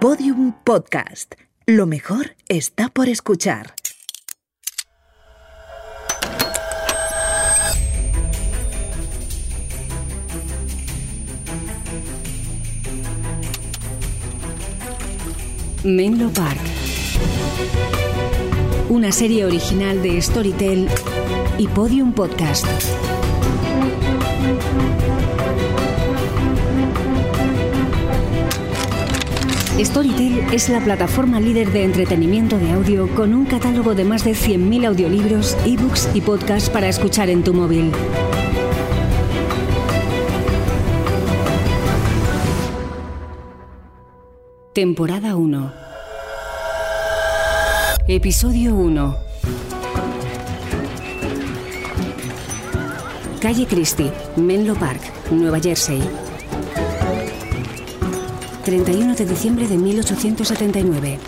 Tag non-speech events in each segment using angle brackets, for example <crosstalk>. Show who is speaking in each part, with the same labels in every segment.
Speaker 1: Podium Podcast. Lo mejor está por escuchar.
Speaker 2: Menlo Park. Una serie original de Storytel y Podium Podcast. Storytel es la plataforma líder de entretenimiento de audio con un catálogo de más de 100.000 audiolibros, ebooks y podcasts para escuchar en tu móvil. Temporada 1. Episodio 1. Calle Christie, Menlo Park, Nueva Jersey. 31 de diciembre de 1879.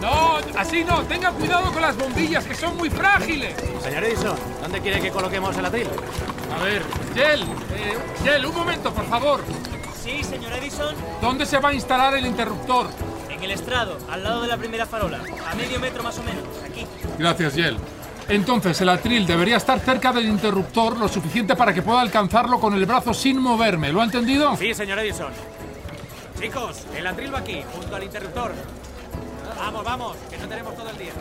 Speaker 3: No, así no. Tenga cuidado con las bombillas, que son muy frágiles.
Speaker 4: Señor Edison, ¿dónde quiere que coloquemos el atril?
Speaker 3: A ver, Yel, eh, Yel, un momento, por favor.
Speaker 5: Sí, señor Edison,
Speaker 3: ¿Dónde se va a instalar el interruptor?
Speaker 5: en el estrado, al lado de la primera farola, a medio metro más o menos, aquí.
Speaker 3: Gracias, Yel. Entonces, el atril debería estar cerca del interruptor lo suficiente para que pueda alcanzarlo con el brazo sin moverme. ¿Lo ha entendido?
Speaker 4: Sí, señor Edison. Chicos, el atril va aquí, junto al interruptor. Vamos, vamos, que no tenemos todo el día.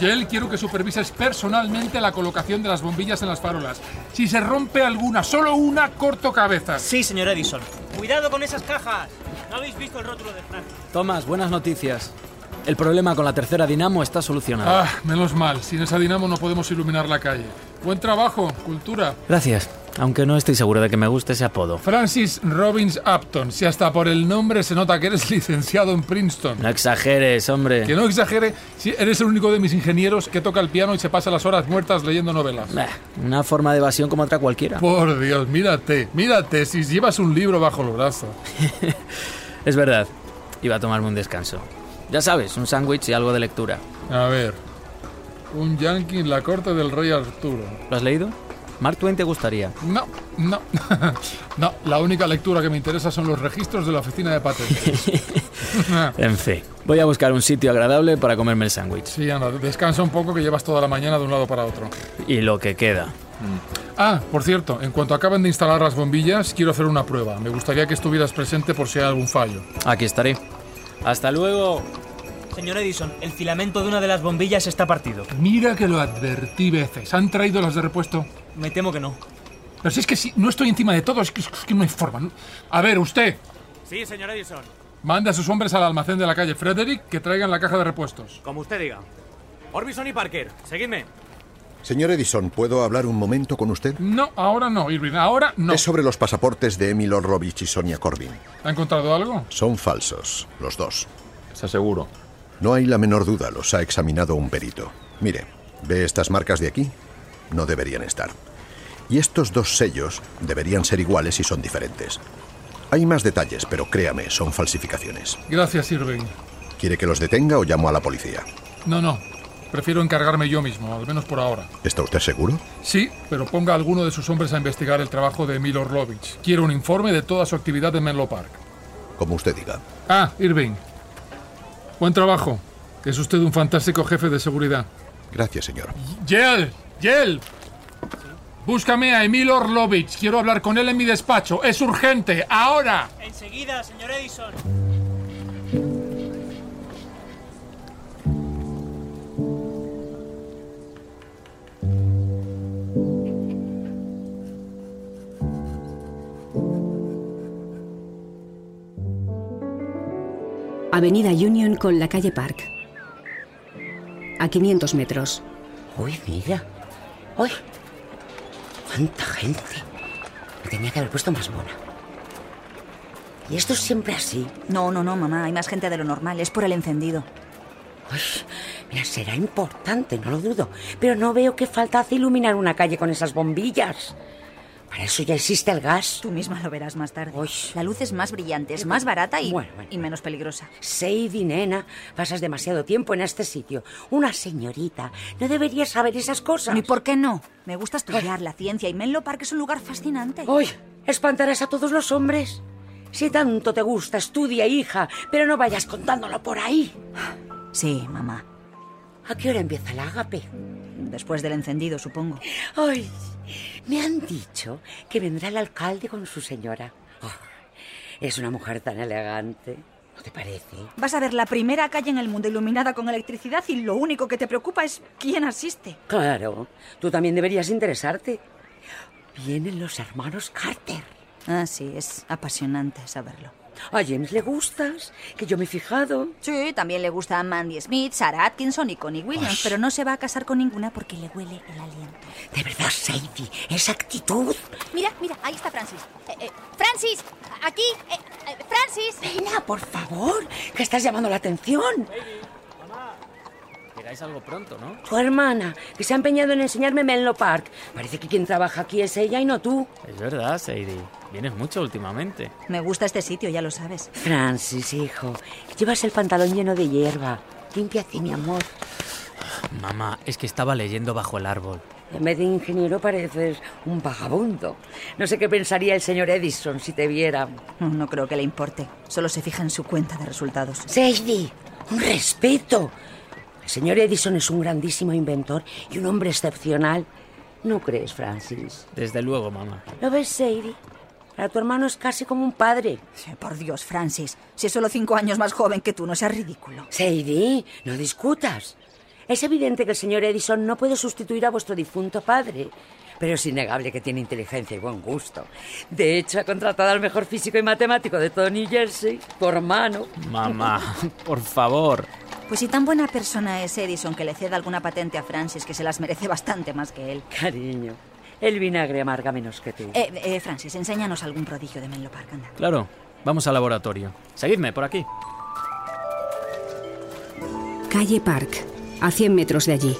Speaker 3: Yel, quiero que supervises personalmente la colocación de las bombillas en las farolas. Si se rompe alguna, solo una, corto cabezas.
Speaker 5: Sí, señor Edison. Cuidado con esas cajas. No habéis visto el rótulo de Frank.
Speaker 6: Tomás, buenas noticias. El problema con la tercera dinamo está solucionado.
Speaker 3: Ah, menos mal. Sin esa dinamo no podemos iluminar la calle. Buen trabajo, cultura.
Speaker 6: Gracias, aunque no estoy seguro de que me guste ese apodo.
Speaker 3: Francis Robbins Upton, si hasta por el nombre se nota que eres <laughs> licenciado en Princeton.
Speaker 6: No exageres, hombre.
Speaker 3: Que no exagere, si eres el único de mis ingenieros que toca el piano y se pasa las horas muertas leyendo novelas.
Speaker 6: Bah, Una forma de evasión como otra cualquiera.
Speaker 3: Por Dios, mírate, mírate, si llevas un libro bajo el brazo.
Speaker 6: Es verdad, iba a tomarme un descanso. Ya sabes, un sándwich y algo de lectura.
Speaker 3: A ver, un yankee en la corte del rey Arturo.
Speaker 6: ¿Lo has leído? Mark Twain te gustaría.
Speaker 3: No, no, <laughs> no, la única lectura que me interesa son los registros de la oficina de patentes. <laughs>
Speaker 6: En fin, voy a buscar un sitio agradable para comerme el sándwich.
Speaker 3: Sí, anda, descansa un poco que llevas toda la mañana de un lado para otro.
Speaker 6: Y lo que queda.
Speaker 3: Ah, por cierto, en cuanto acaben de instalar las bombillas, quiero hacer una prueba. Me gustaría que estuvieras presente por si hay algún fallo.
Speaker 6: Aquí estaré. Hasta luego.
Speaker 5: Señor Edison, el filamento de una de las bombillas está partido.
Speaker 3: Mira que lo advertí veces. ¿Han traído las de repuesto?
Speaker 5: Me temo que no.
Speaker 3: Pero si es que si no estoy encima de todo, es que, es que no hay forma. ¿no? A ver, usted,
Speaker 4: Sí, señor Edison,
Speaker 3: manda a sus hombres al almacén de la calle Frederick que traigan la caja de repuestos.
Speaker 4: como usted diga. Orbison y Parker, seguidme.
Speaker 7: Señor Edison, ¿puedo hablar un momento con usted?
Speaker 3: No, ahora no, Irving, ahora no.
Speaker 7: Es sobre los pasaportes de Emil Orlovich y Sonia Corbin.
Speaker 3: ¿Ha encontrado algo?
Speaker 7: Son falsos, los dos.
Speaker 8: ¿Está seguro?
Speaker 7: No hay la menor duda, los ha examinado un perito. Mire, ¿ve estas marcas de aquí? No deberían estar. Y estos dos sellos deberían ser iguales y son diferentes. Hay más detalles, pero créame, son falsificaciones.
Speaker 3: Gracias, Irving.
Speaker 7: ¿Quiere que los detenga o llamo a la policía?
Speaker 3: No, no. Prefiero encargarme yo mismo, al menos por ahora.
Speaker 7: ¿Está usted seguro?
Speaker 3: Sí, pero ponga a alguno de sus hombres a investigar el trabajo de Emil Orlovich. Quiero un informe de toda su actividad en Menlo Park.
Speaker 7: Como usted diga.
Speaker 3: Ah, Irving. Buen trabajo. Es usted un fantástico jefe de seguridad.
Speaker 7: Gracias, señor.
Speaker 3: Yel, Yel. Búscame a Emil Orlovich. Quiero hablar con él en mi despacho. Es urgente. Ahora.
Speaker 5: Enseguida, señor Edison.
Speaker 2: Avenida Union con la calle Park. A 500 metros.
Speaker 9: Uy, mira. Uy. Cuánta gente. Me tenía que haber puesto más mona. Y esto es siempre así.
Speaker 10: No, no, no, mamá, hay más gente de lo normal, es por el encendido.
Speaker 9: Uy, mira, será importante, no lo dudo. Pero no veo qué falta hace iluminar una calle con esas bombillas. Para eso ya existe el gas.
Speaker 10: Tú misma lo verás más tarde.
Speaker 9: Uy.
Speaker 10: La luz es más brillante, es más barata y,
Speaker 9: Bueno, bueno.
Speaker 10: y menos peligrosa.
Speaker 9: Sadie, nena, pasas demasiado tiempo en este sitio. Una señorita no debería saber esas cosas.
Speaker 10: ¿Y por qué no? Me gusta estudiar la ciencia y Menlo Park es un lugar fascinante.
Speaker 9: ¡Uy! Espantarás a todos los hombres. Si tanto te gusta, estudia, hija, pero no vayas contándolo por ahí.
Speaker 10: Sí, mamá.
Speaker 9: ¿A qué hora empieza el ágape?
Speaker 10: Después del encendido, supongo.
Speaker 9: Ay, me han dicho que vendrá el alcalde con su señora. Oh, es una mujer tan elegante. ¿No te parece?
Speaker 10: Vas a ver la primera calle en el mundo iluminada con electricidad y lo único que te preocupa es quién asiste.
Speaker 9: Claro, tú también deberías interesarte. Vienen los hermanos Carter.
Speaker 10: Ah, sí, es apasionante saberlo.
Speaker 9: A James le gustas, que yo me he fijado.
Speaker 10: Sí, también le gusta a Mandy Smith, Sarah Atkinson y Connie Williams, pero no se va a casar con ninguna porque le huele el aliento.
Speaker 9: De verdad, Sadie, esa actitud.
Speaker 11: Mira, mira, ahí está Francis. Eh, eh, Francis, aquí. eh, eh, Francis.
Speaker 9: Vela, por favor, que estás llamando la atención.
Speaker 6: Llegáis algo pronto, ¿no?
Speaker 9: Tu hermana, que se ha empeñado en enseñarme Menlo Park. Parece que quien trabaja aquí es ella y no tú.
Speaker 6: Es verdad, Sadie. Vienes mucho últimamente.
Speaker 10: Me gusta este sitio, ya lo sabes.
Speaker 9: Francis, hijo, llevas el pantalón lleno de hierba. Límpiate, mi amor.
Speaker 6: Mamá, es que estaba leyendo bajo el árbol.
Speaker 9: En vez de ingeniero pareces un vagabundo. No sé qué pensaría el señor Edison si te viera.
Speaker 10: No creo que le importe. Solo se fija en su cuenta de resultados.
Speaker 9: Sadie, un respeto. El señor Edison es un grandísimo inventor y un hombre excepcional. ¿No crees, Francis?
Speaker 6: Desde luego, mamá.
Speaker 9: ¿Lo ves, Sadie? Para tu hermano es casi como un padre.
Speaker 10: Sí, Por Dios, Francis, si es solo cinco años más joven que tú, no seas ridículo.
Speaker 9: Sadie, no discutas. Es evidente que el señor Edison no puede sustituir a vuestro difunto padre, pero es innegable que tiene inteligencia y buen gusto. De hecho, ha contratado al mejor físico y matemático de todo New Jersey, tu hermano.
Speaker 6: <laughs> Mamá, por favor.
Speaker 10: Pues si tan buena persona es Edison que le ceda alguna patente a Francis, que se las merece bastante más que él.
Speaker 9: Cariño, el vinagre amarga menos que tú.
Speaker 10: Eh, eh, Francis, enséñanos algún prodigio de Menlo Park, anda.
Speaker 6: Claro, vamos al laboratorio. Seguidme, por aquí.
Speaker 12: Calle Park, a 100 metros de allí.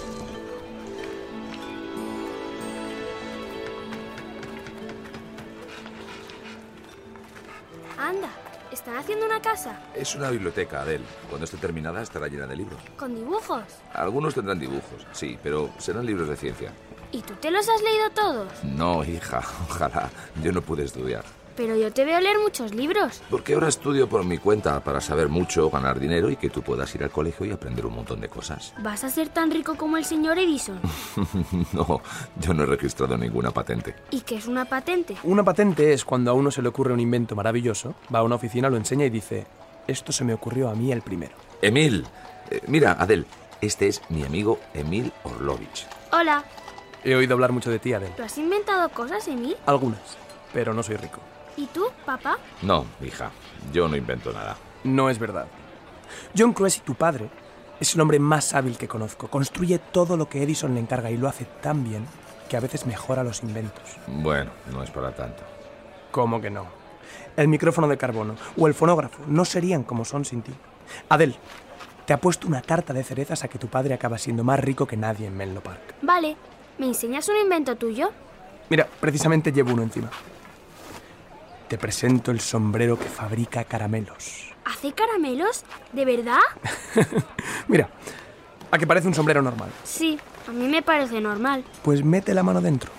Speaker 11: Anda, están haciendo una casa
Speaker 13: Es una biblioteca, Adel. Cuando esté terminada estará llena de libros.
Speaker 11: con dibujos.
Speaker 13: Algunos tendrán dibujos, sí, pero serán libros de ciencia.
Speaker 11: ¿Y tú te los has leído todos?
Speaker 13: No, hija, <laughs> ojalá. Yo no pude estudiar.
Speaker 11: Pero yo te veo leer muchos libros.
Speaker 13: Porque ahora estudio por mi cuenta para saber mucho, ganar dinero y que tú puedas ir al colegio y aprender un montón de cosas. <laughs>
Speaker 11: ¿Vas a ser tan rico como el señor Edison?
Speaker 13: no, yo no he registrado ninguna patente.
Speaker 11: ¿Y qué es una patente?
Speaker 14: Una patente es cuando a uno se le ocurre un invento maravilloso, va a una oficina, lo enseña y dice, esto se me ocurrió a mí el primero.
Speaker 13: Emil, eh, mira, Adel, este es mi amigo Emil Orlovich.
Speaker 11: Hola,
Speaker 14: He oído hablar mucho de ti, Adel.
Speaker 11: ¿tú has inventado cosas, Emil?
Speaker 14: Algunas, pero no soy rico.
Speaker 11: ¿Y tú, papá?
Speaker 13: No, hija, yo no invento nada.
Speaker 14: No es verdad. John Cruesi, tu padre, es el hombre más hábil que conozco. Construye todo lo que Edison le encarga y lo hace tan bien que a veces mejora los inventos.
Speaker 13: Bueno, no es para tanto. <laughs>
Speaker 14: ¿Cómo que no? El micrófono de carbono o el fonógrafo no serían como son sin ti. Adel, te apuesto una tarta de cerezas a que tu padre acaba siendo más rico que nadie en Menlo Park.
Speaker 11: Vale, ¿me enseñas un invento tuyo?
Speaker 14: Mira, precisamente llevo uno encima. Te presento el sombrero que fabrica caramelos.
Speaker 11: ¿Hace caramelos? ¿De verdad?
Speaker 14: Mira, a que parece un sombrero normal.
Speaker 11: Sí, a mí me parece normal.
Speaker 14: Pues mete la mano dentro.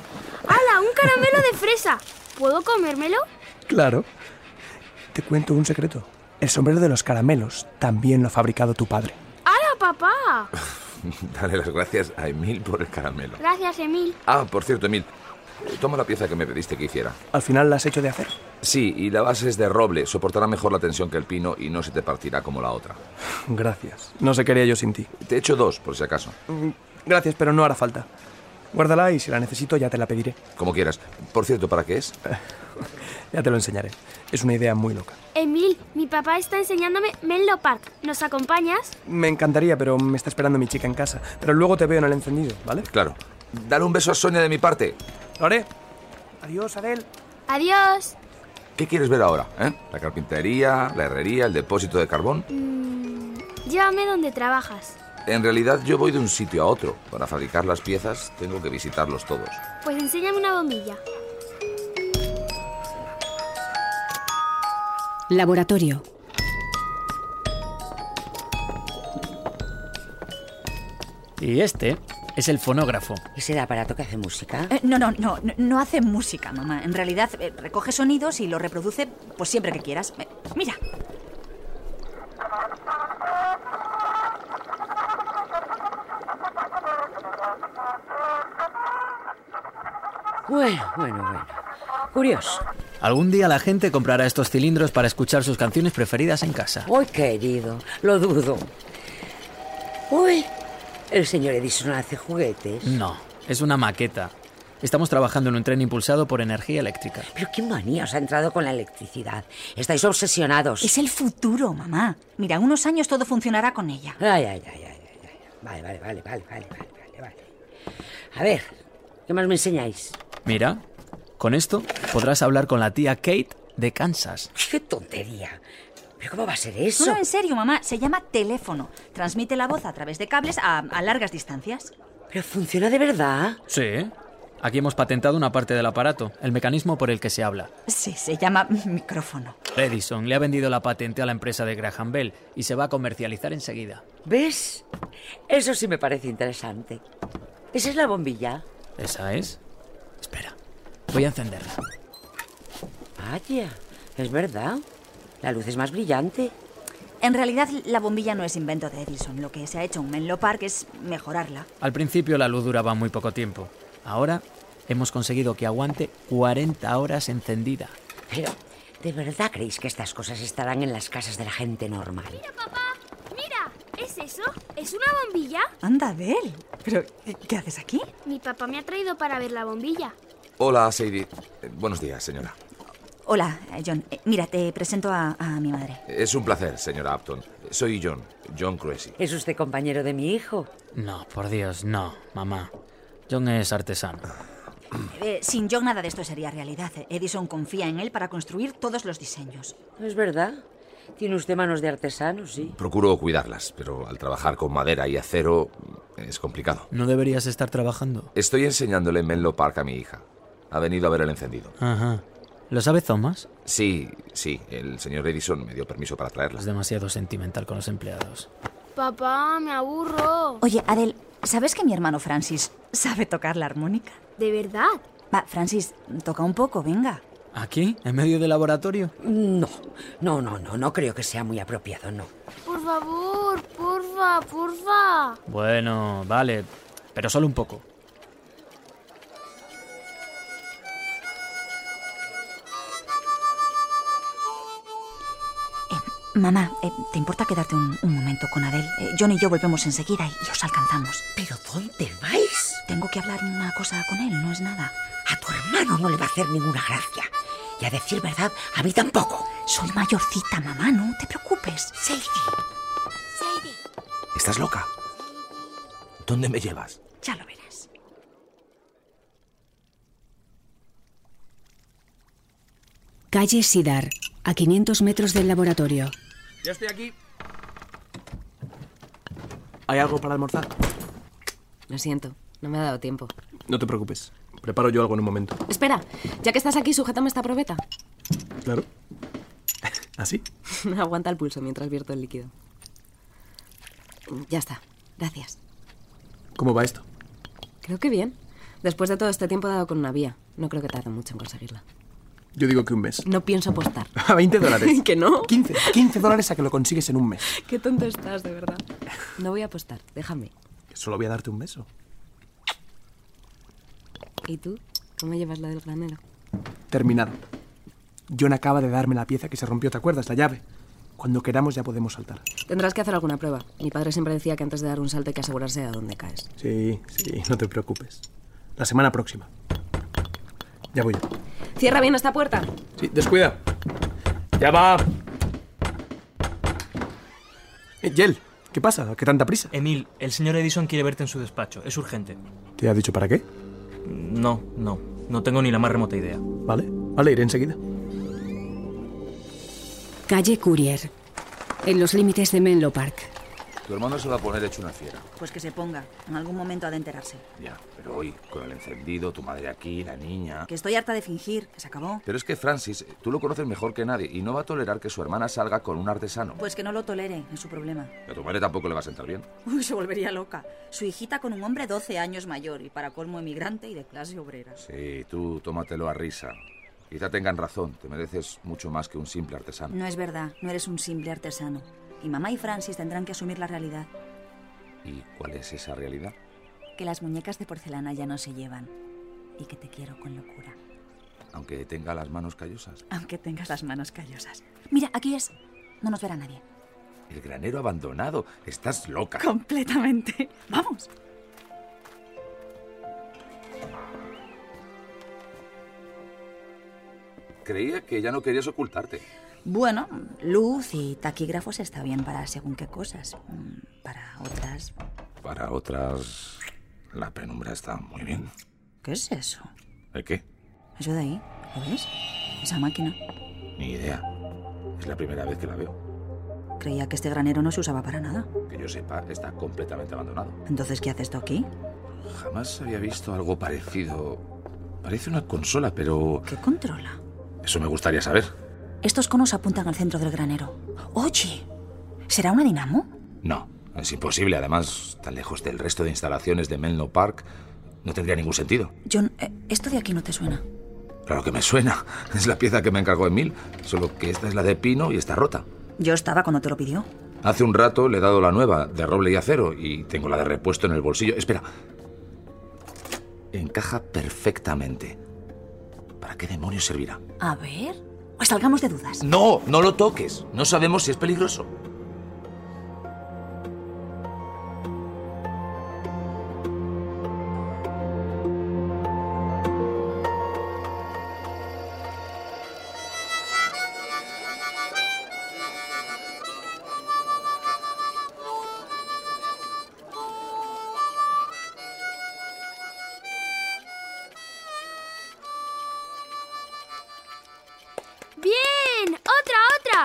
Speaker 11: ¡Hala, un caramelo de fresa! ¿Puedo comérmelo?
Speaker 14: Claro. Te cuento un secreto. El sombrero de los caramelos también lo ha fabricado tu padre.
Speaker 11: ¡Hala, papá!
Speaker 13: Dale las gracias a Emil por el caramelo.
Speaker 11: Gracias, Emil.
Speaker 13: Ah, por cierto, Emil, eh, toma la pieza que me pediste que hiciera.
Speaker 14: Al final la has hecho de hacer.
Speaker 13: Sí, y la base es de roble, soportará mejor la tensión que el pino y no se te partirá como la otra.
Speaker 14: Gracias. No sé qué haría yo sin ti.
Speaker 13: Te echo dos, por si acaso,
Speaker 14: Mm, Gracias, pero no hará falta. Guárdala y si la necesito ya te la pediré.
Speaker 13: como quieras. Por cierto, ¿para qué es?
Speaker 14: Ya te lo enseñaré. Es una idea muy loca.
Speaker 11: Emil, mi papá está enseñándome Menlo Park. ¿Nos acompañas?
Speaker 14: Me encantaría, pero me está esperando mi chica en casa. Pero luego te veo en el encendido, ¿vale?
Speaker 13: Claro. Dale un beso a Sonia de mi parte.
Speaker 14: Lo haré. Adiós, Adel.
Speaker 11: Adiós.
Speaker 13: ¿Qué quieres ver ahora? eh? ¿La carpintería, la herrería, el depósito de carbón?
Speaker 11: Mm, llévame donde trabajas.
Speaker 13: En realidad yo voy de un sitio a otro. Para fabricar las piezas tengo que visitarlos todos.
Speaker 11: Pues enséñame una bombilla.
Speaker 12: Laboratorio.
Speaker 6: Y este Es el fonógrafo.
Speaker 9: ¿Es el aparato que hace música?
Speaker 10: Eh, no, no, no, no, no hace música, mamá. En realidad eh, recoge sonidos y lo reproduce pues siempre que quieras. Eh, mira.
Speaker 9: Bueno, bueno, bueno. Curioso.
Speaker 6: Algún día la gente comprará estos cilindros para escuchar sus canciones preferidas en casa.
Speaker 9: Uy, querido, lo dudo. Uy, el señor Edison hace juguetes.
Speaker 6: No, es una maqueta. Estamos trabajando en un tren impulsado por energía eléctrica.
Speaker 9: Pero qué manía os ha entrado con la electricidad. Estáis obsesionados.
Speaker 10: Es el futuro, mamá. Mira, en unos años todo funcionará con ella.
Speaker 9: Ay, ay, ay, ay, ay, ay. Vale, vale, vale, vale, vale, vale, vale, vale. A ver, ¿qué más me enseñáis?
Speaker 6: Mira, con esto podrás hablar con la tía Kate de Kansas.
Speaker 9: ¡Qué tontería! ¿Pero cómo va a ser eso?
Speaker 10: No, no, en serio, mamá. Se llama teléfono. Transmite la voz a través de cables a, a largas distancias.
Speaker 9: ¿Pero funciona de verdad?
Speaker 6: Sí. Aquí hemos patentado una parte del aparato, el mecanismo por el que se habla.
Speaker 10: Sí, se llama micrófono.
Speaker 6: Edison le ha vendido la patente a la empresa de Graham Bell y se va a comercializar enseguida.
Speaker 9: ¿Ves? Eso sí me parece interesante. ¿Esa es la bombilla?
Speaker 6: ¿Esa es? Espera. Voy a encenderla.
Speaker 9: Vaya, es verdad. La luz es más brillante.
Speaker 10: En realidad, la bombilla no es invento de Edison. Lo que se ha hecho en Menlo Park es mejorarla.
Speaker 6: Al principio la luz duraba muy poco tiempo. Ahora hemos conseguido que aguante 40 horas encendida.
Speaker 9: Pero, ¿de verdad creéis que estas cosas estarán en las casas de la gente normal?
Speaker 11: Mira, papá, mira, ¿es eso? ¿Es una bombilla?
Speaker 10: Anda, Bel. Pero, ¿qué- ¿qué haces aquí?
Speaker 11: Mi papá me ha traído para ver la bombilla.
Speaker 13: Hola, Sadie. Eh, Buenos días, señora.
Speaker 10: Hola, eh, John. Eh, Mira, te presento a, a mi madre.
Speaker 13: Es un placer, señora Upton. Soy John, John Cruesi.
Speaker 9: ¿Es usted compañero de mi hijo?
Speaker 6: No, por Dios, no, mamá. John es artesano.
Speaker 10: Eh, sin John nada de esto sería realidad. Edison confía en él para construir todos los diseños.
Speaker 9: Es verdad. Tiene usted manos de artesano, sí.
Speaker 13: Procuro cuidarlas, pero al trabajar con madera y acero mm, es complicado.
Speaker 6: ¿No deberías estar trabajando?
Speaker 13: Estoy enseñándole Menlo Park a mi hija. Ha venido a ver el encendido.
Speaker 6: Ajá. ¿Lo sabe Thomas?
Speaker 13: Sí, sí, el señor Edison me dio permiso para traerla.
Speaker 6: Es demasiado sentimental con los empleados.
Speaker 11: Papá, me aburro.
Speaker 10: Oye, Adel, ¿sabes que mi hermano Francis sabe tocar la armónica?
Speaker 11: ¿De verdad?
Speaker 10: Va, Francis, toca un poco, venga.
Speaker 6: ¿Aquí? ¿En medio del laboratorio?
Speaker 9: No, no, no, no, no creo que sea muy apropiado, no.
Speaker 11: Por favor, porfa, porfa.
Speaker 6: Bueno, vale, pero solo un poco.
Speaker 10: Mamá, eh, ¿te importa quedarte un, un momento con Adel? Eh, John y yo volvemos enseguida y, y os alcanzamos.
Speaker 9: ¿Pero dónde vais?
Speaker 10: Tengo que hablar una cosa con él, no es nada.
Speaker 9: A tu hermano no le va a hacer ninguna gracia. Y a decir verdad, a mí tampoco.
Speaker 10: Soy mayorcita, mamá, no te preocupes.
Speaker 9: Sadie,
Speaker 11: Sadie.
Speaker 13: ¿Estás loca? ¿Dónde me llevas?
Speaker 10: Ya lo verás.
Speaker 2: Calle Sidar, a 500 metros del laboratorio.
Speaker 5: Ya estoy aquí.
Speaker 15: ¿Hay algo para almorzar?
Speaker 16: Lo siento, no me ha dado tiempo.
Speaker 15: No te preocupes. Preparo yo algo en un momento.
Speaker 16: Espera, ya que estás aquí, sujétame esta probeta.
Speaker 15: Claro. <laughs> ¿Así?
Speaker 16: <laughs> Aguanta el pulso mientras vierto el líquido. Ya está, gracias.
Speaker 15: ¿Cómo va esto?
Speaker 16: Creo que bien. Después de todo este tiempo he dado con una vía. No creo que tarde mucho en conseguirla.
Speaker 15: Yo digo que un mes. <laughs>
Speaker 16: No pienso apostar.
Speaker 15: A 20 dólares.
Speaker 16: ¿Que no?
Speaker 15: 15. 15 dólares a que lo consigues en un mes.
Speaker 16: <laughs> Qué tonto estás, de verdad. No voy a apostar, déjame.
Speaker 15: Solo voy a darte un beso.
Speaker 16: ¿Y tú? ¿Cómo llevas la del granero?
Speaker 15: Terminado. John acaba de darme la pieza que se rompió, ¿te acuerdas? La llave. Cuando queramos ya podemos saltar.
Speaker 16: Tendrás que hacer alguna prueba. Mi padre siempre decía que antes de dar un salto hay que asegurarse de a dónde caes.
Speaker 15: Sí, sí, no te preocupes. La semana próxima. Ya voy yo.
Speaker 16: Cierra bien esta puerta.
Speaker 15: Sí, descuida. Ya va. Eh, Yel, ¿qué pasa? ¿Qué tanta prisa?
Speaker 5: Emil, el señor Edison quiere verte en su despacho. Es urgente.
Speaker 15: ¿Te ha dicho para qué?
Speaker 5: No, no. No tengo ni la más remota idea.
Speaker 15: Vale, vale, iré enseguida.
Speaker 2: Calle Courier, en los límites de Menlo Park.
Speaker 13: Tu hermano se va a poner hecho una fiera.
Speaker 10: Pues que se ponga. En algún momento ha de enterarse.
Speaker 13: Ya, pero hoy, con el encendido, tu madre aquí, la niña...
Speaker 10: Que estoy harta de fingir, que se acabó.
Speaker 13: Pero es que Francis, eh, tú lo conoces mejor que nadie y no va a tolerar que su hermana salga con un artesano.
Speaker 10: Pues que no lo tolere, es su problema.
Speaker 13: A tu madre tampoco le va a sentar bien.
Speaker 10: Uy, se volvería loca. Su hijita con un hombre 12 años mayor y para colmo emigrante y de clase obrera.
Speaker 13: Sí, tú tómatelo a risa. Quizá tengan razón, te mereces mucho más que un simple artesano.
Speaker 10: No es verdad, no eres un simple artesano. Y mamá y Francis tendrán que asumir la realidad,
Speaker 13: ¿Y cuál es esa realidad?
Speaker 10: que las muñecas de porcelana ya no se llevan y que te quiero con locura,
Speaker 13: Aunque tenga las manos callosas.
Speaker 10: aunque tengas las manos callosas. Mira, aquí es. No nos verá nadie.
Speaker 13: El granero abandonado. Estás loca.
Speaker 10: Completamente. <laughs> Vamos.
Speaker 13: Creía que ya no querías ocultarte.
Speaker 10: Bueno, luz y taquígrafos está bien para según qué cosas. Mm, Para otras...
Speaker 13: Para otras, la penumbra está muy bien.
Speaker 10: ¿Qué es eso?
Speaker 13: ¿El qué?
Speaker 10: Eso de ahí. ¿Lo ves? Esa máquina.
Speaker 13: Ni idea. Es la primera vez que la veo.
Speaker 10: Creía que este granero no se usaba para nada.
Speaker 13: Que yo sepa, está completamente abandonado.
Speaker 10: Entonces, ¿qué hace esto aquí?
Speaker 13: Jamás había visto algo parecido. Parece una consola, pero...
Speaker 10: ¿Qué controla?
Speaker 13: Eso me gustaría saber.
Speaker 10: Estos conos apuntan al centro del granero. ¡Oye! ¿Será una dinamo?
Speaker 13: No, es imposible. Además, tan lejos del resto de instalaciones de Menlo Park, no tendría ningún sentido.
Speaker 10: John, eh, esto de aquí no te suena.
Speaker 13: Claro que me suena. <laughs> Es la pieza que me encargó Emil, solo que esta es la de pino y está rota.
Speaker 10: Yo estaba cuando te lo pidió.
Speaker 13: Hace un rato le he dado la nueva, de roble y acero, y tengo la de repuesto en el bolsillo. Espera. Encaja perfectamente. ¿Para qué demonios servirá?
Speaker 10: A ver. Pues salgamos de dudas.
Speaker 13: No, no lo toques. No sabemos si es peligroso.
Speaker 11: ¡Bien! ¡Otra,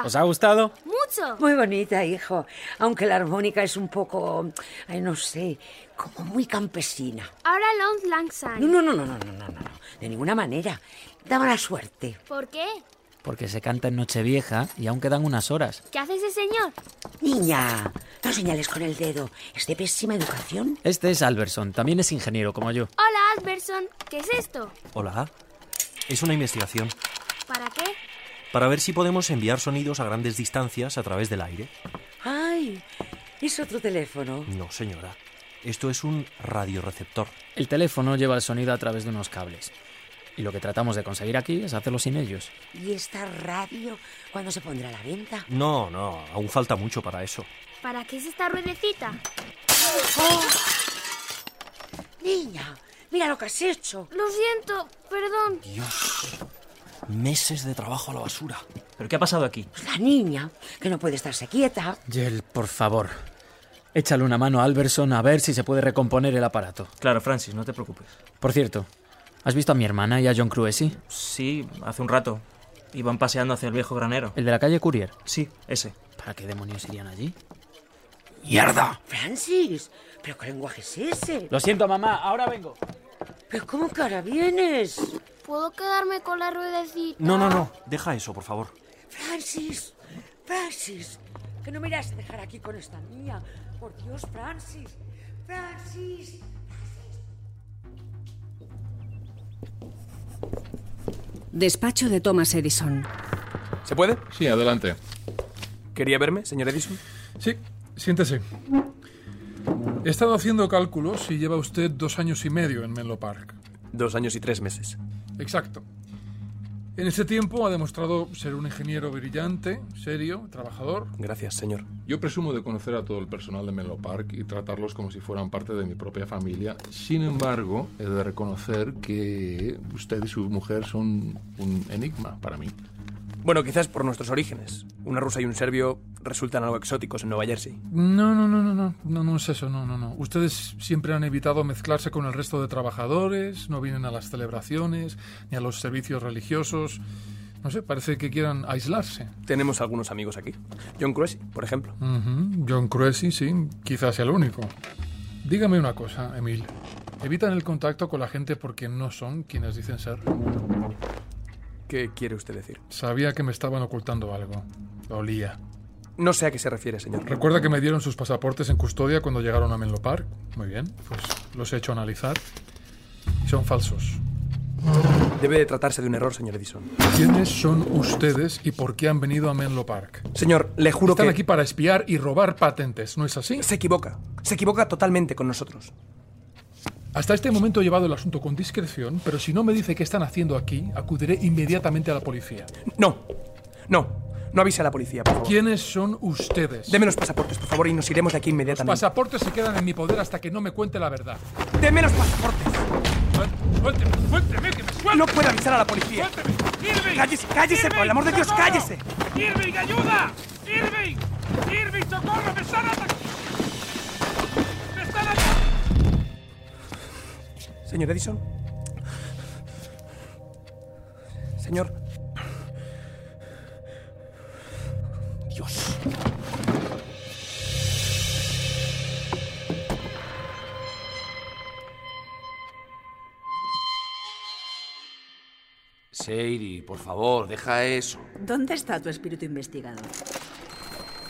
Speaker 11: otra!
Speaker 9: ha gustado?
Speaker 11: ¡Mucho!
Speaker 9: Muy bonita, hijo. Aunque la armónica es un poco, ay, no sé, como muy campesina.
Speaker 11: Ahora Lons Langside.
Speaker 9: No, no, no, no, no, no, no, no, no. De ninguna manera. Da mala suerte.
Speaker 11: ¿Por qué?
Speaker 6: Porque se canta en Nochevieja y aún quedan unas horas.
Speaker 11: ¿Qué hace ese señor?
Speaker 9: Niña, no señales con el dedo. Es de pésima educación.
Speaker 6: Este es Alberson, también es ingeniero como yo.
Speaker 11: Hola, Alberson. ¿Qué es esto?
Speaker 14: Hola. Es una investigación
Speaker 11: ¿Para qué?
Speaker 14: para ver si podemos enviar sonidos a grandes distancias a través del aire.
Speaker 9: Ay, es otro teléfono.
Speaker 14: No, señora. Esto es un radioreceptor.
Speaker 6: El teléfono lleva el sonido a través de unos cables. Y lo que tratamos de conseguir aquí es hacerlo sin ellos.
Speaker 9: ¿Y esta radio cuándo se pondrá a la venta?
Speaker 14: No, no, aún falta mucho para eso.
Speaker 11: ¿Para qué es esta ruedecita?
Speaker 9: Niña, mira lo que has hecho.
Speaker 11: Lo siento, perdón.
Speaker 14: Meses de trabajo a la basura.
Speaker 6: ¿Pero qué ha pasado aquí?
Speaker 9: Pues La niña, que no puede estarse quieta.
Speaker 6: Yel, por favor. Échale una mano a Alberson a ver si se puede recomponer el aparato.
Speaker 5: Claro, Francis, no te preocupes.
Speaker 6: Por cierto, ¿has visto a mi hermana y a John Cruesi?
Speaker 5: Sí, hace un rato. Iban paseando hacia el viejo granero.
Speaker 6: ¿El de la calle Courier?
Speaker 5: Sí, ese.
Speaker 6: ¿Para qué demonios irían allí?
Speaker 5: ¡Mierda!
Speaker 9: Francis, ¿pero qué lenguaje es ese?
Speaker 6: Lo siento, mamá, ahora vengo.
Speaker 9: ¿Pero cómo que ahora vienes?
Speaker 11: ¿Puedo quedarme con la ruedecita?
Speaker 14: No, no, no. Deja eso, por favor.
Speaker 9: Francis, Francis, que no me irás a dejar aquí con esta niña. Por Dios, Francis, Francis.
Speaker 2: Despacho de Thomas Edison.
Speaker 15: ¿Se puede?
Speaker 3: Sí, adelante.
Speaker 15: ¿Quería verme, señor Edison?
Speaker 3: Sí, siéntese. He estado haciendo cálculos y lleva usted dos años y medio en Menlo Park.
Speaker 15: Dos años y tres meses.
Speaker 3: Exacto. En ese tiempo ha demostrado ser un ingeniero brillante, serio, trabajador.
Speaker 15: Gracias, señor.
Speaker 3: Yo presumo de conocer a todo el personal de Menlo Park y tratarlos como si fueran parte de mi propia familia. Sin embargo, he de reconocer que usted y su mujer son un enigma para mí.
Speaker 15: Bueno, quizás por nuestros orígenes. Una rusa y un serbio resultan algo exóticos en Nueva Jersey.
Speaker 3: No, no, no, no, no, no, no es eso, no, no, no. Ustedes siempre han evitado mezclarse con el resto de trabajadores, no vienen a las celebraciones, ni a los servicios religiosos. No sé, parece que quieran aislarse.
Speaker 6: Tenemos algunos amigos Pues aquí. John Cruesi, por ejemplo.
Speaker 3: Ujú, John Cruesi, sí, quizás sea el único. Dígame una cosa, Emil. ¿Evitan el contacto con la gente porque no son quienes dicen ser?
Speaker 6: ¿Qué quiere usted decir?
Speaker 3: Sabía que me estaban ocultando algo. Lo Olía.
Speaker 6: No sé a qué se refiere, señor.
Speaker 3: Recuerda que me dieron sus pasaportes en custodia cuando llegaron a Menlo Park. Muy bien, pues los he hecho analizar. Y son falsos.
Speaker 6: Debe de tratarse de un error, señor Edison.
Speaker 3: ¿Quiénes son ustedes y por qué han venido a Menlo Park?
Speaker 6: Señor, le juro
Speaker 3: Están
Speaker 6: que-
Speaker 3: aquí para espiar y robar patentes, ¿no es así?
Speaker 6: Se equivoca. Se equivoca totalmente con nosotros.
Speaker 3: Hasta este momento he llevado el asunto con discreción, pero si no me dice qué están haciendo aquí, acudiré inmediatamente a la policía.
Speaker 6: No, no. No avise a la policía, por favor.
Speaker 3: ¿Quiénes son ustedes?
Speaker 6: Deme los pasaportes, por favor, y nos iremos de aquí
Speaker 3: Los
Speaker 6: inmediatamente.
Speaker 3: pasaportes se quedan en mi poder hasta que no me cuente la verdad.
Speaker 6: ¡Deme los pasaportes!
Speaker 3: ¡Suélteme, suélteme, que me suelte!
Speaker 6: ¡No puede avisar a la policía! ¡Cállese, cállese, por el amor de Dios, cállese!
Speaker 17: ¡Irving, ayuda! ¡Irving! ¡Irving, socorro! ¡Me están atacando! ¡Me están atacando!
Speaker 6: Señor Edison. Señor. Dios.
Speaker 13: Seiri, por favor, deja eso.
Speaker 10: ¿Dónde está tu espíritu investigador?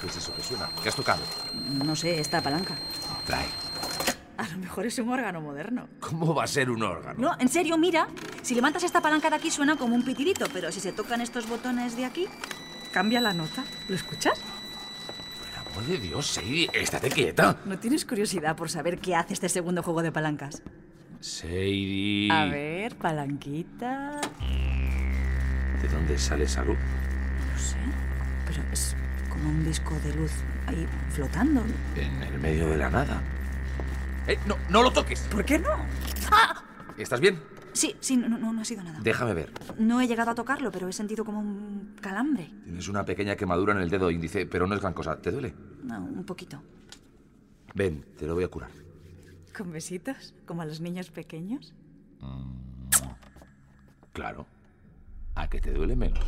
Speaker 13: ¿Qué es eso que suena? ¿Qué has tocado?
Speaker 10: No sé, esta palanca.
Speaker 13: Trae.
Speaker 10: A lo mejor es un órgano moderno.
Speaker 13: ¿Cómo va a ser un órgano?
Speaker 18: No,
Speaker 10: en serio, mira. Si levantas esta palanca de aquí suena como un pitidito, pero si se tocan estos botones de aquí, cambia la nota. ¿Lo escuchas?
Speaker 13: Por amor de Dios, Seiri, estate quieta.
Speaker 10: ¿No tienes curiosidad por saber qué hace este segundo juego de palancas?
Speaker 13: Seiri.
Speaker 10: A ver, palanquita.
Speaker 13: ¿De dónde sale esa luz?
Speaker 10: No sé, pero es como un disco de luz ahí flotando.
Speaker 13: En el medio de la nada. ¡Eh, no, no lo toques!
Speaker 10: ¿Por qué no? ¡Ah!
Speaker 13: ¿Estás bien?
Speaker 10: Sí, sí, no, no, no ha sido nada.
Speaker 13: Déjame ver.
Speaker 10: No he llegado a tocarlo, pero he sentido como un calambre.
Speaker 13: Tienes una pequeña quemadura en el dedo índice, pero no es gran cosa. ¿Te duele?
Speaker 10: No, un poquito.
Speaker 13: Ven, te lo voy a curar.
Speaker 10: ¿Con besitos? ¿Como a los niños pequeños?
Speaker 13: Claro. ¿A que te duele menos?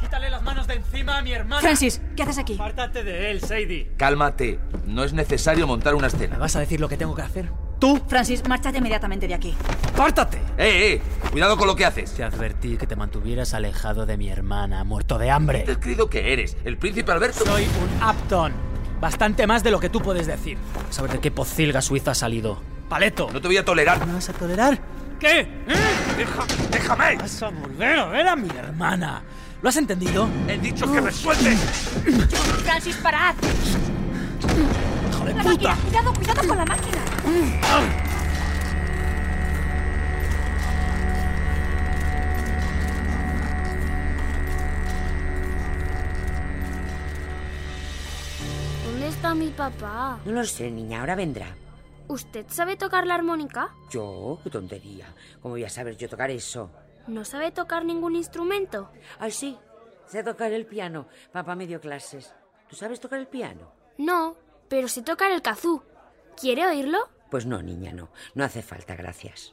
Speaker 19: Quítale las manos de encima a mi hermana.
Speaker 10: Francis, ¿qué haces aquí?
Speaker 19: Apártate de él, Sadie.
Speaker 13: Cálmate. No es necesario montar una escena. ¿Me
Speaker 20: vas a decir lo que tengo que hacer?
Speaker 10: ¿Tú? Francis, márchate inmediatamente de aquí.
Speaker 20: ¡Pártate!
Speaker 13: ¡Eh, eh! Cuidado con lo que haces.
Speaker 20: Te advertí que te mantuvieras alejado de mi hermana, muerto de hambre.
Speaker 13: ¿Qué has creído que eres? ¿El príncipe Alberto?
Speaker 20: Soy un Upton. Bastante más de lo que tú puedes decir. A saber de qué pocilga suiza ha salido. ¡Paleto!
Speaker 13: No te voy a tolerar.
Speaker 20: ¿Me vas a tolerar? ¿Qué? ¡Déjame! Vas a volver a ver a mi hermana. ¿Lo has entendido?
Speaker 13: He dicho que me sueltes.
Speaker 21: Francis, parad.
Speaker 20: ¡Hijo de
Speaker 21: La
Speaker 20: puta!
Speaker 21: máquina. Cuidado, cuidado con la máquina.
Speaker 11: ¿Dónde está mi papá?
Speaker 9: No lo sé, niña, ahora vendrá.
Speaker 11: ¿Usted sabe tocar la armónica?
Speaker 9: Yo, qué tontería. ¿Cómo voy a saber yo tocar eso?
Speaker 11: ¿No sabe tocar ningún instrumento?
Speaker 9: Ay, sí. Sé tocar el piano. Papá me dio clases. ¿Tú sabes tocar el piano?
Speaker 11: No, pero sé tocar el kazoo. ¿Quiere oírlo?
Speaker 9: Pues no, niña, no. No hace falta, gracias.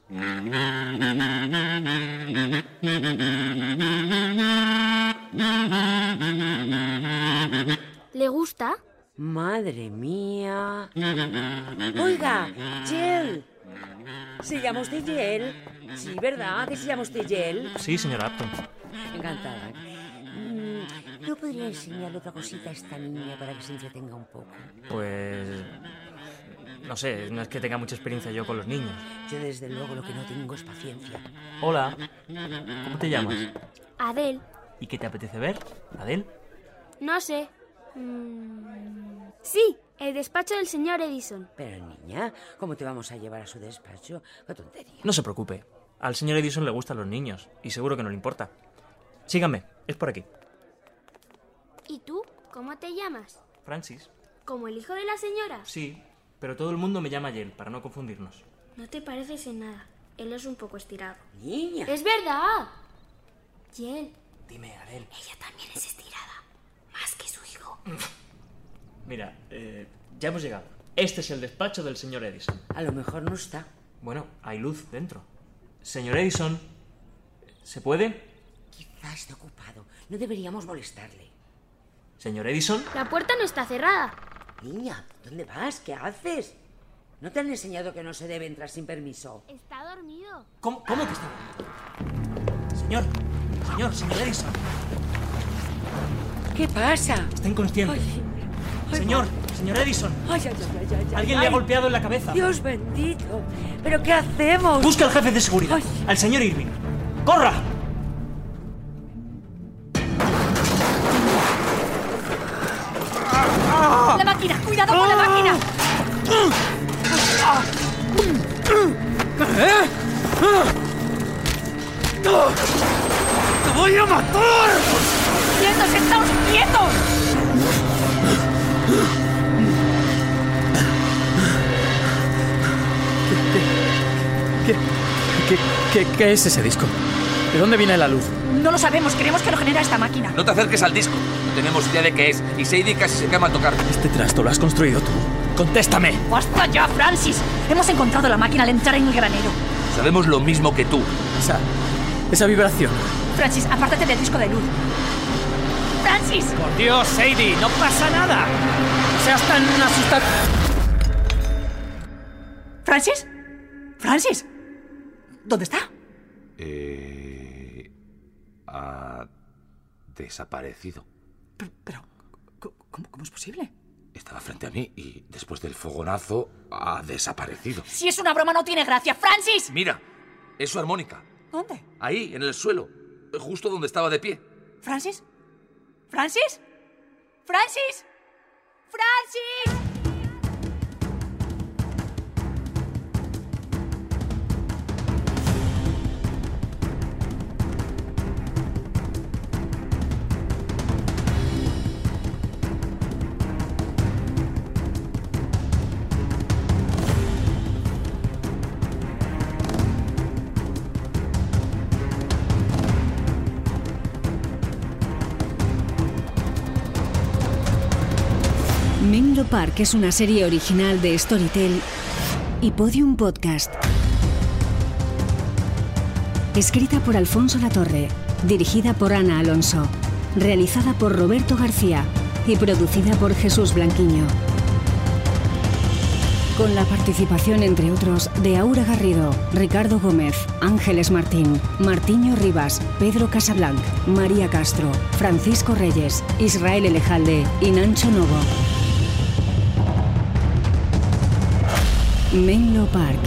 Speaker 11: ¿Le gusta?
Speaker 9: Madre mía. Oiga, Yel. ¿Se llama usted Yel? Sí, ¿verdad? ¿Que se llama usted Yel?
Speaker 14: Sí, señor Upton.
Speaker 9: Encantada. Mm, Yo podría enseñarle otra cosita a esta niña para que se entretenga un poco.
Speaker 14: Pues... No sé, no es que tenga mucha experiencia yo con los niños.
Speaker 9: Yo desde luego lo que no tengo es paciencia.
Speaker 14: Hola, ¿cómo te llamas?
Speaker 11: Adel,
Speaker 14: ¿Y qué te apetece ver, Adel?
Speaker 11: no sé. Mm, Sí, el despacho del señor Edison.
Speaker 9: Pero niña, ¿cómo te vamos a llevar a su despacho? Qué tontería.
Speaker 14: No se preocupe. Al señor Edison le gustan los niños y seguro que no le importa. Sígame, es por aquí.
Speaker 11: ¿Y tú? ¿Cómo te llamas?
Speaker 14: Francis.
Speaker 11: ¿Como el hijo de la señora?
Speaker 14: Sí, pero todo el mundo me llama Yel, para no confundirnos.
Speaker 11: No te pareces en nada. Él es un poco estirado.
Speaker 9: Niña.
Speaker 11: ¡Es verdad! Y él
Speaker 14: Dime, Adel.
Speaker 11: también es estirada. Más que su hijo.
Speaker 14: Mira, eh, ya hemos llegado. Este es el despacho del señor Edison.
Speaker 9: A lo mejor no está.
Speaker 14: Bueno, hay luz dentro. Señor Edison, ¿se puede?
Speaker 9: Quizá está ocupado. No deberíamos molestarle.
Speaker 14: Señor Edison,
Speaker 11: La puerta no está cerrada.
Speaker 9: Niña, ¿dónde vas? ¿Qué haces? ¿No te han enseñado que no se debe entrar sin permiso?
Speaker 11: Está dormido.
Speaker 14: ¿cómo, cómo que está? Señor, señor, señor Edison.
Speaker 9: ¿Qué pasa?
Speaker 14: Está inconsciente. señor, señor Edison.
Speaker 9: Ay, ay, ay, ay, ay,
Speaker 14: Alguien
Speaker 9: ay.
Speaker 14: le ha golpeado en la cabeza.
Speaker 9: Dios bendito. ¿Pero qué hacemos?
Speaker 14: Busca al jefe de seguridad, al señor Irving. ¡Corra!
Speaker 22: ¡Ah!
Speaker 10: ¡La máquina! ¡Cuidado con la
Speaker 9: Ah.
Speaker 10: máquina!
Speaker 22: ¿Eh? ¡Ah! ¡Te voy a matar!
Speaker 10: ¡Quietos, estáos quietos!
Speaker 23: ¿Qué, qué, qué- qué es ese disco? ¿De dónde viene la luz?
Speaker 10: No lo sabemos, creemos que lo genera esta máquina.
Speaker 13: No te acerques al disco. No tenemos idea de qué es. Y Sadie casi se quema a tocar.
Speaker 23: Este trasto lo has construido tú. ¡Contéstame!
Speaker 10: ¡Basta ya, Francis! Hemos encontrado la máquina al entrar en el granero.
Speaker 13: Sabemos lo mismo que tú.
Speaker 23: Esa, esa vibración.
Speaker 10: Francis, apártate del disco de luz. ¡Francis!
Speaker 23: ¡Por Dios, Sadie! ¡No pasa nada! ¡No seas tan asustada!
Speaker 10: ¿Francis? ¿Francis? ¿Dónde está?
Speaker 13: Eh, ha desaparecido.
Speaker 10: ¿Cómo, cómo es posible?
Speaker 13: Estaba frente a mí y después del fogonazo ha desaparecido.
Speaker 10: Si es una broma, no tiene gracia. ¡Francis!
Speaker 13: Mira, es su armónica.
Speaker 10: ¿Dónde?
Speaker 13: Ahí, en el suelo. Justo donde estaba de pie.
Speaker 10: ¿Francis? ¿Francis? ¡Francis! ¡Francis!
Speaker 2: Menlo Park es una serie original de Storytel y Podium Podcast. Escrita por Alfonso Latorre, dirigida por Ana Alonso, realizada por Roberto García y producida por Jesús Blanquiño. Con la participación, entre otros, de Aura Garrido, Ricardo Gómez, Ángeles Martín, Martiño Rivas, Pedro Casablanc, María Castro, Francisco Reyes, Israel Elejalde y Nancho Novo. Menlo Park.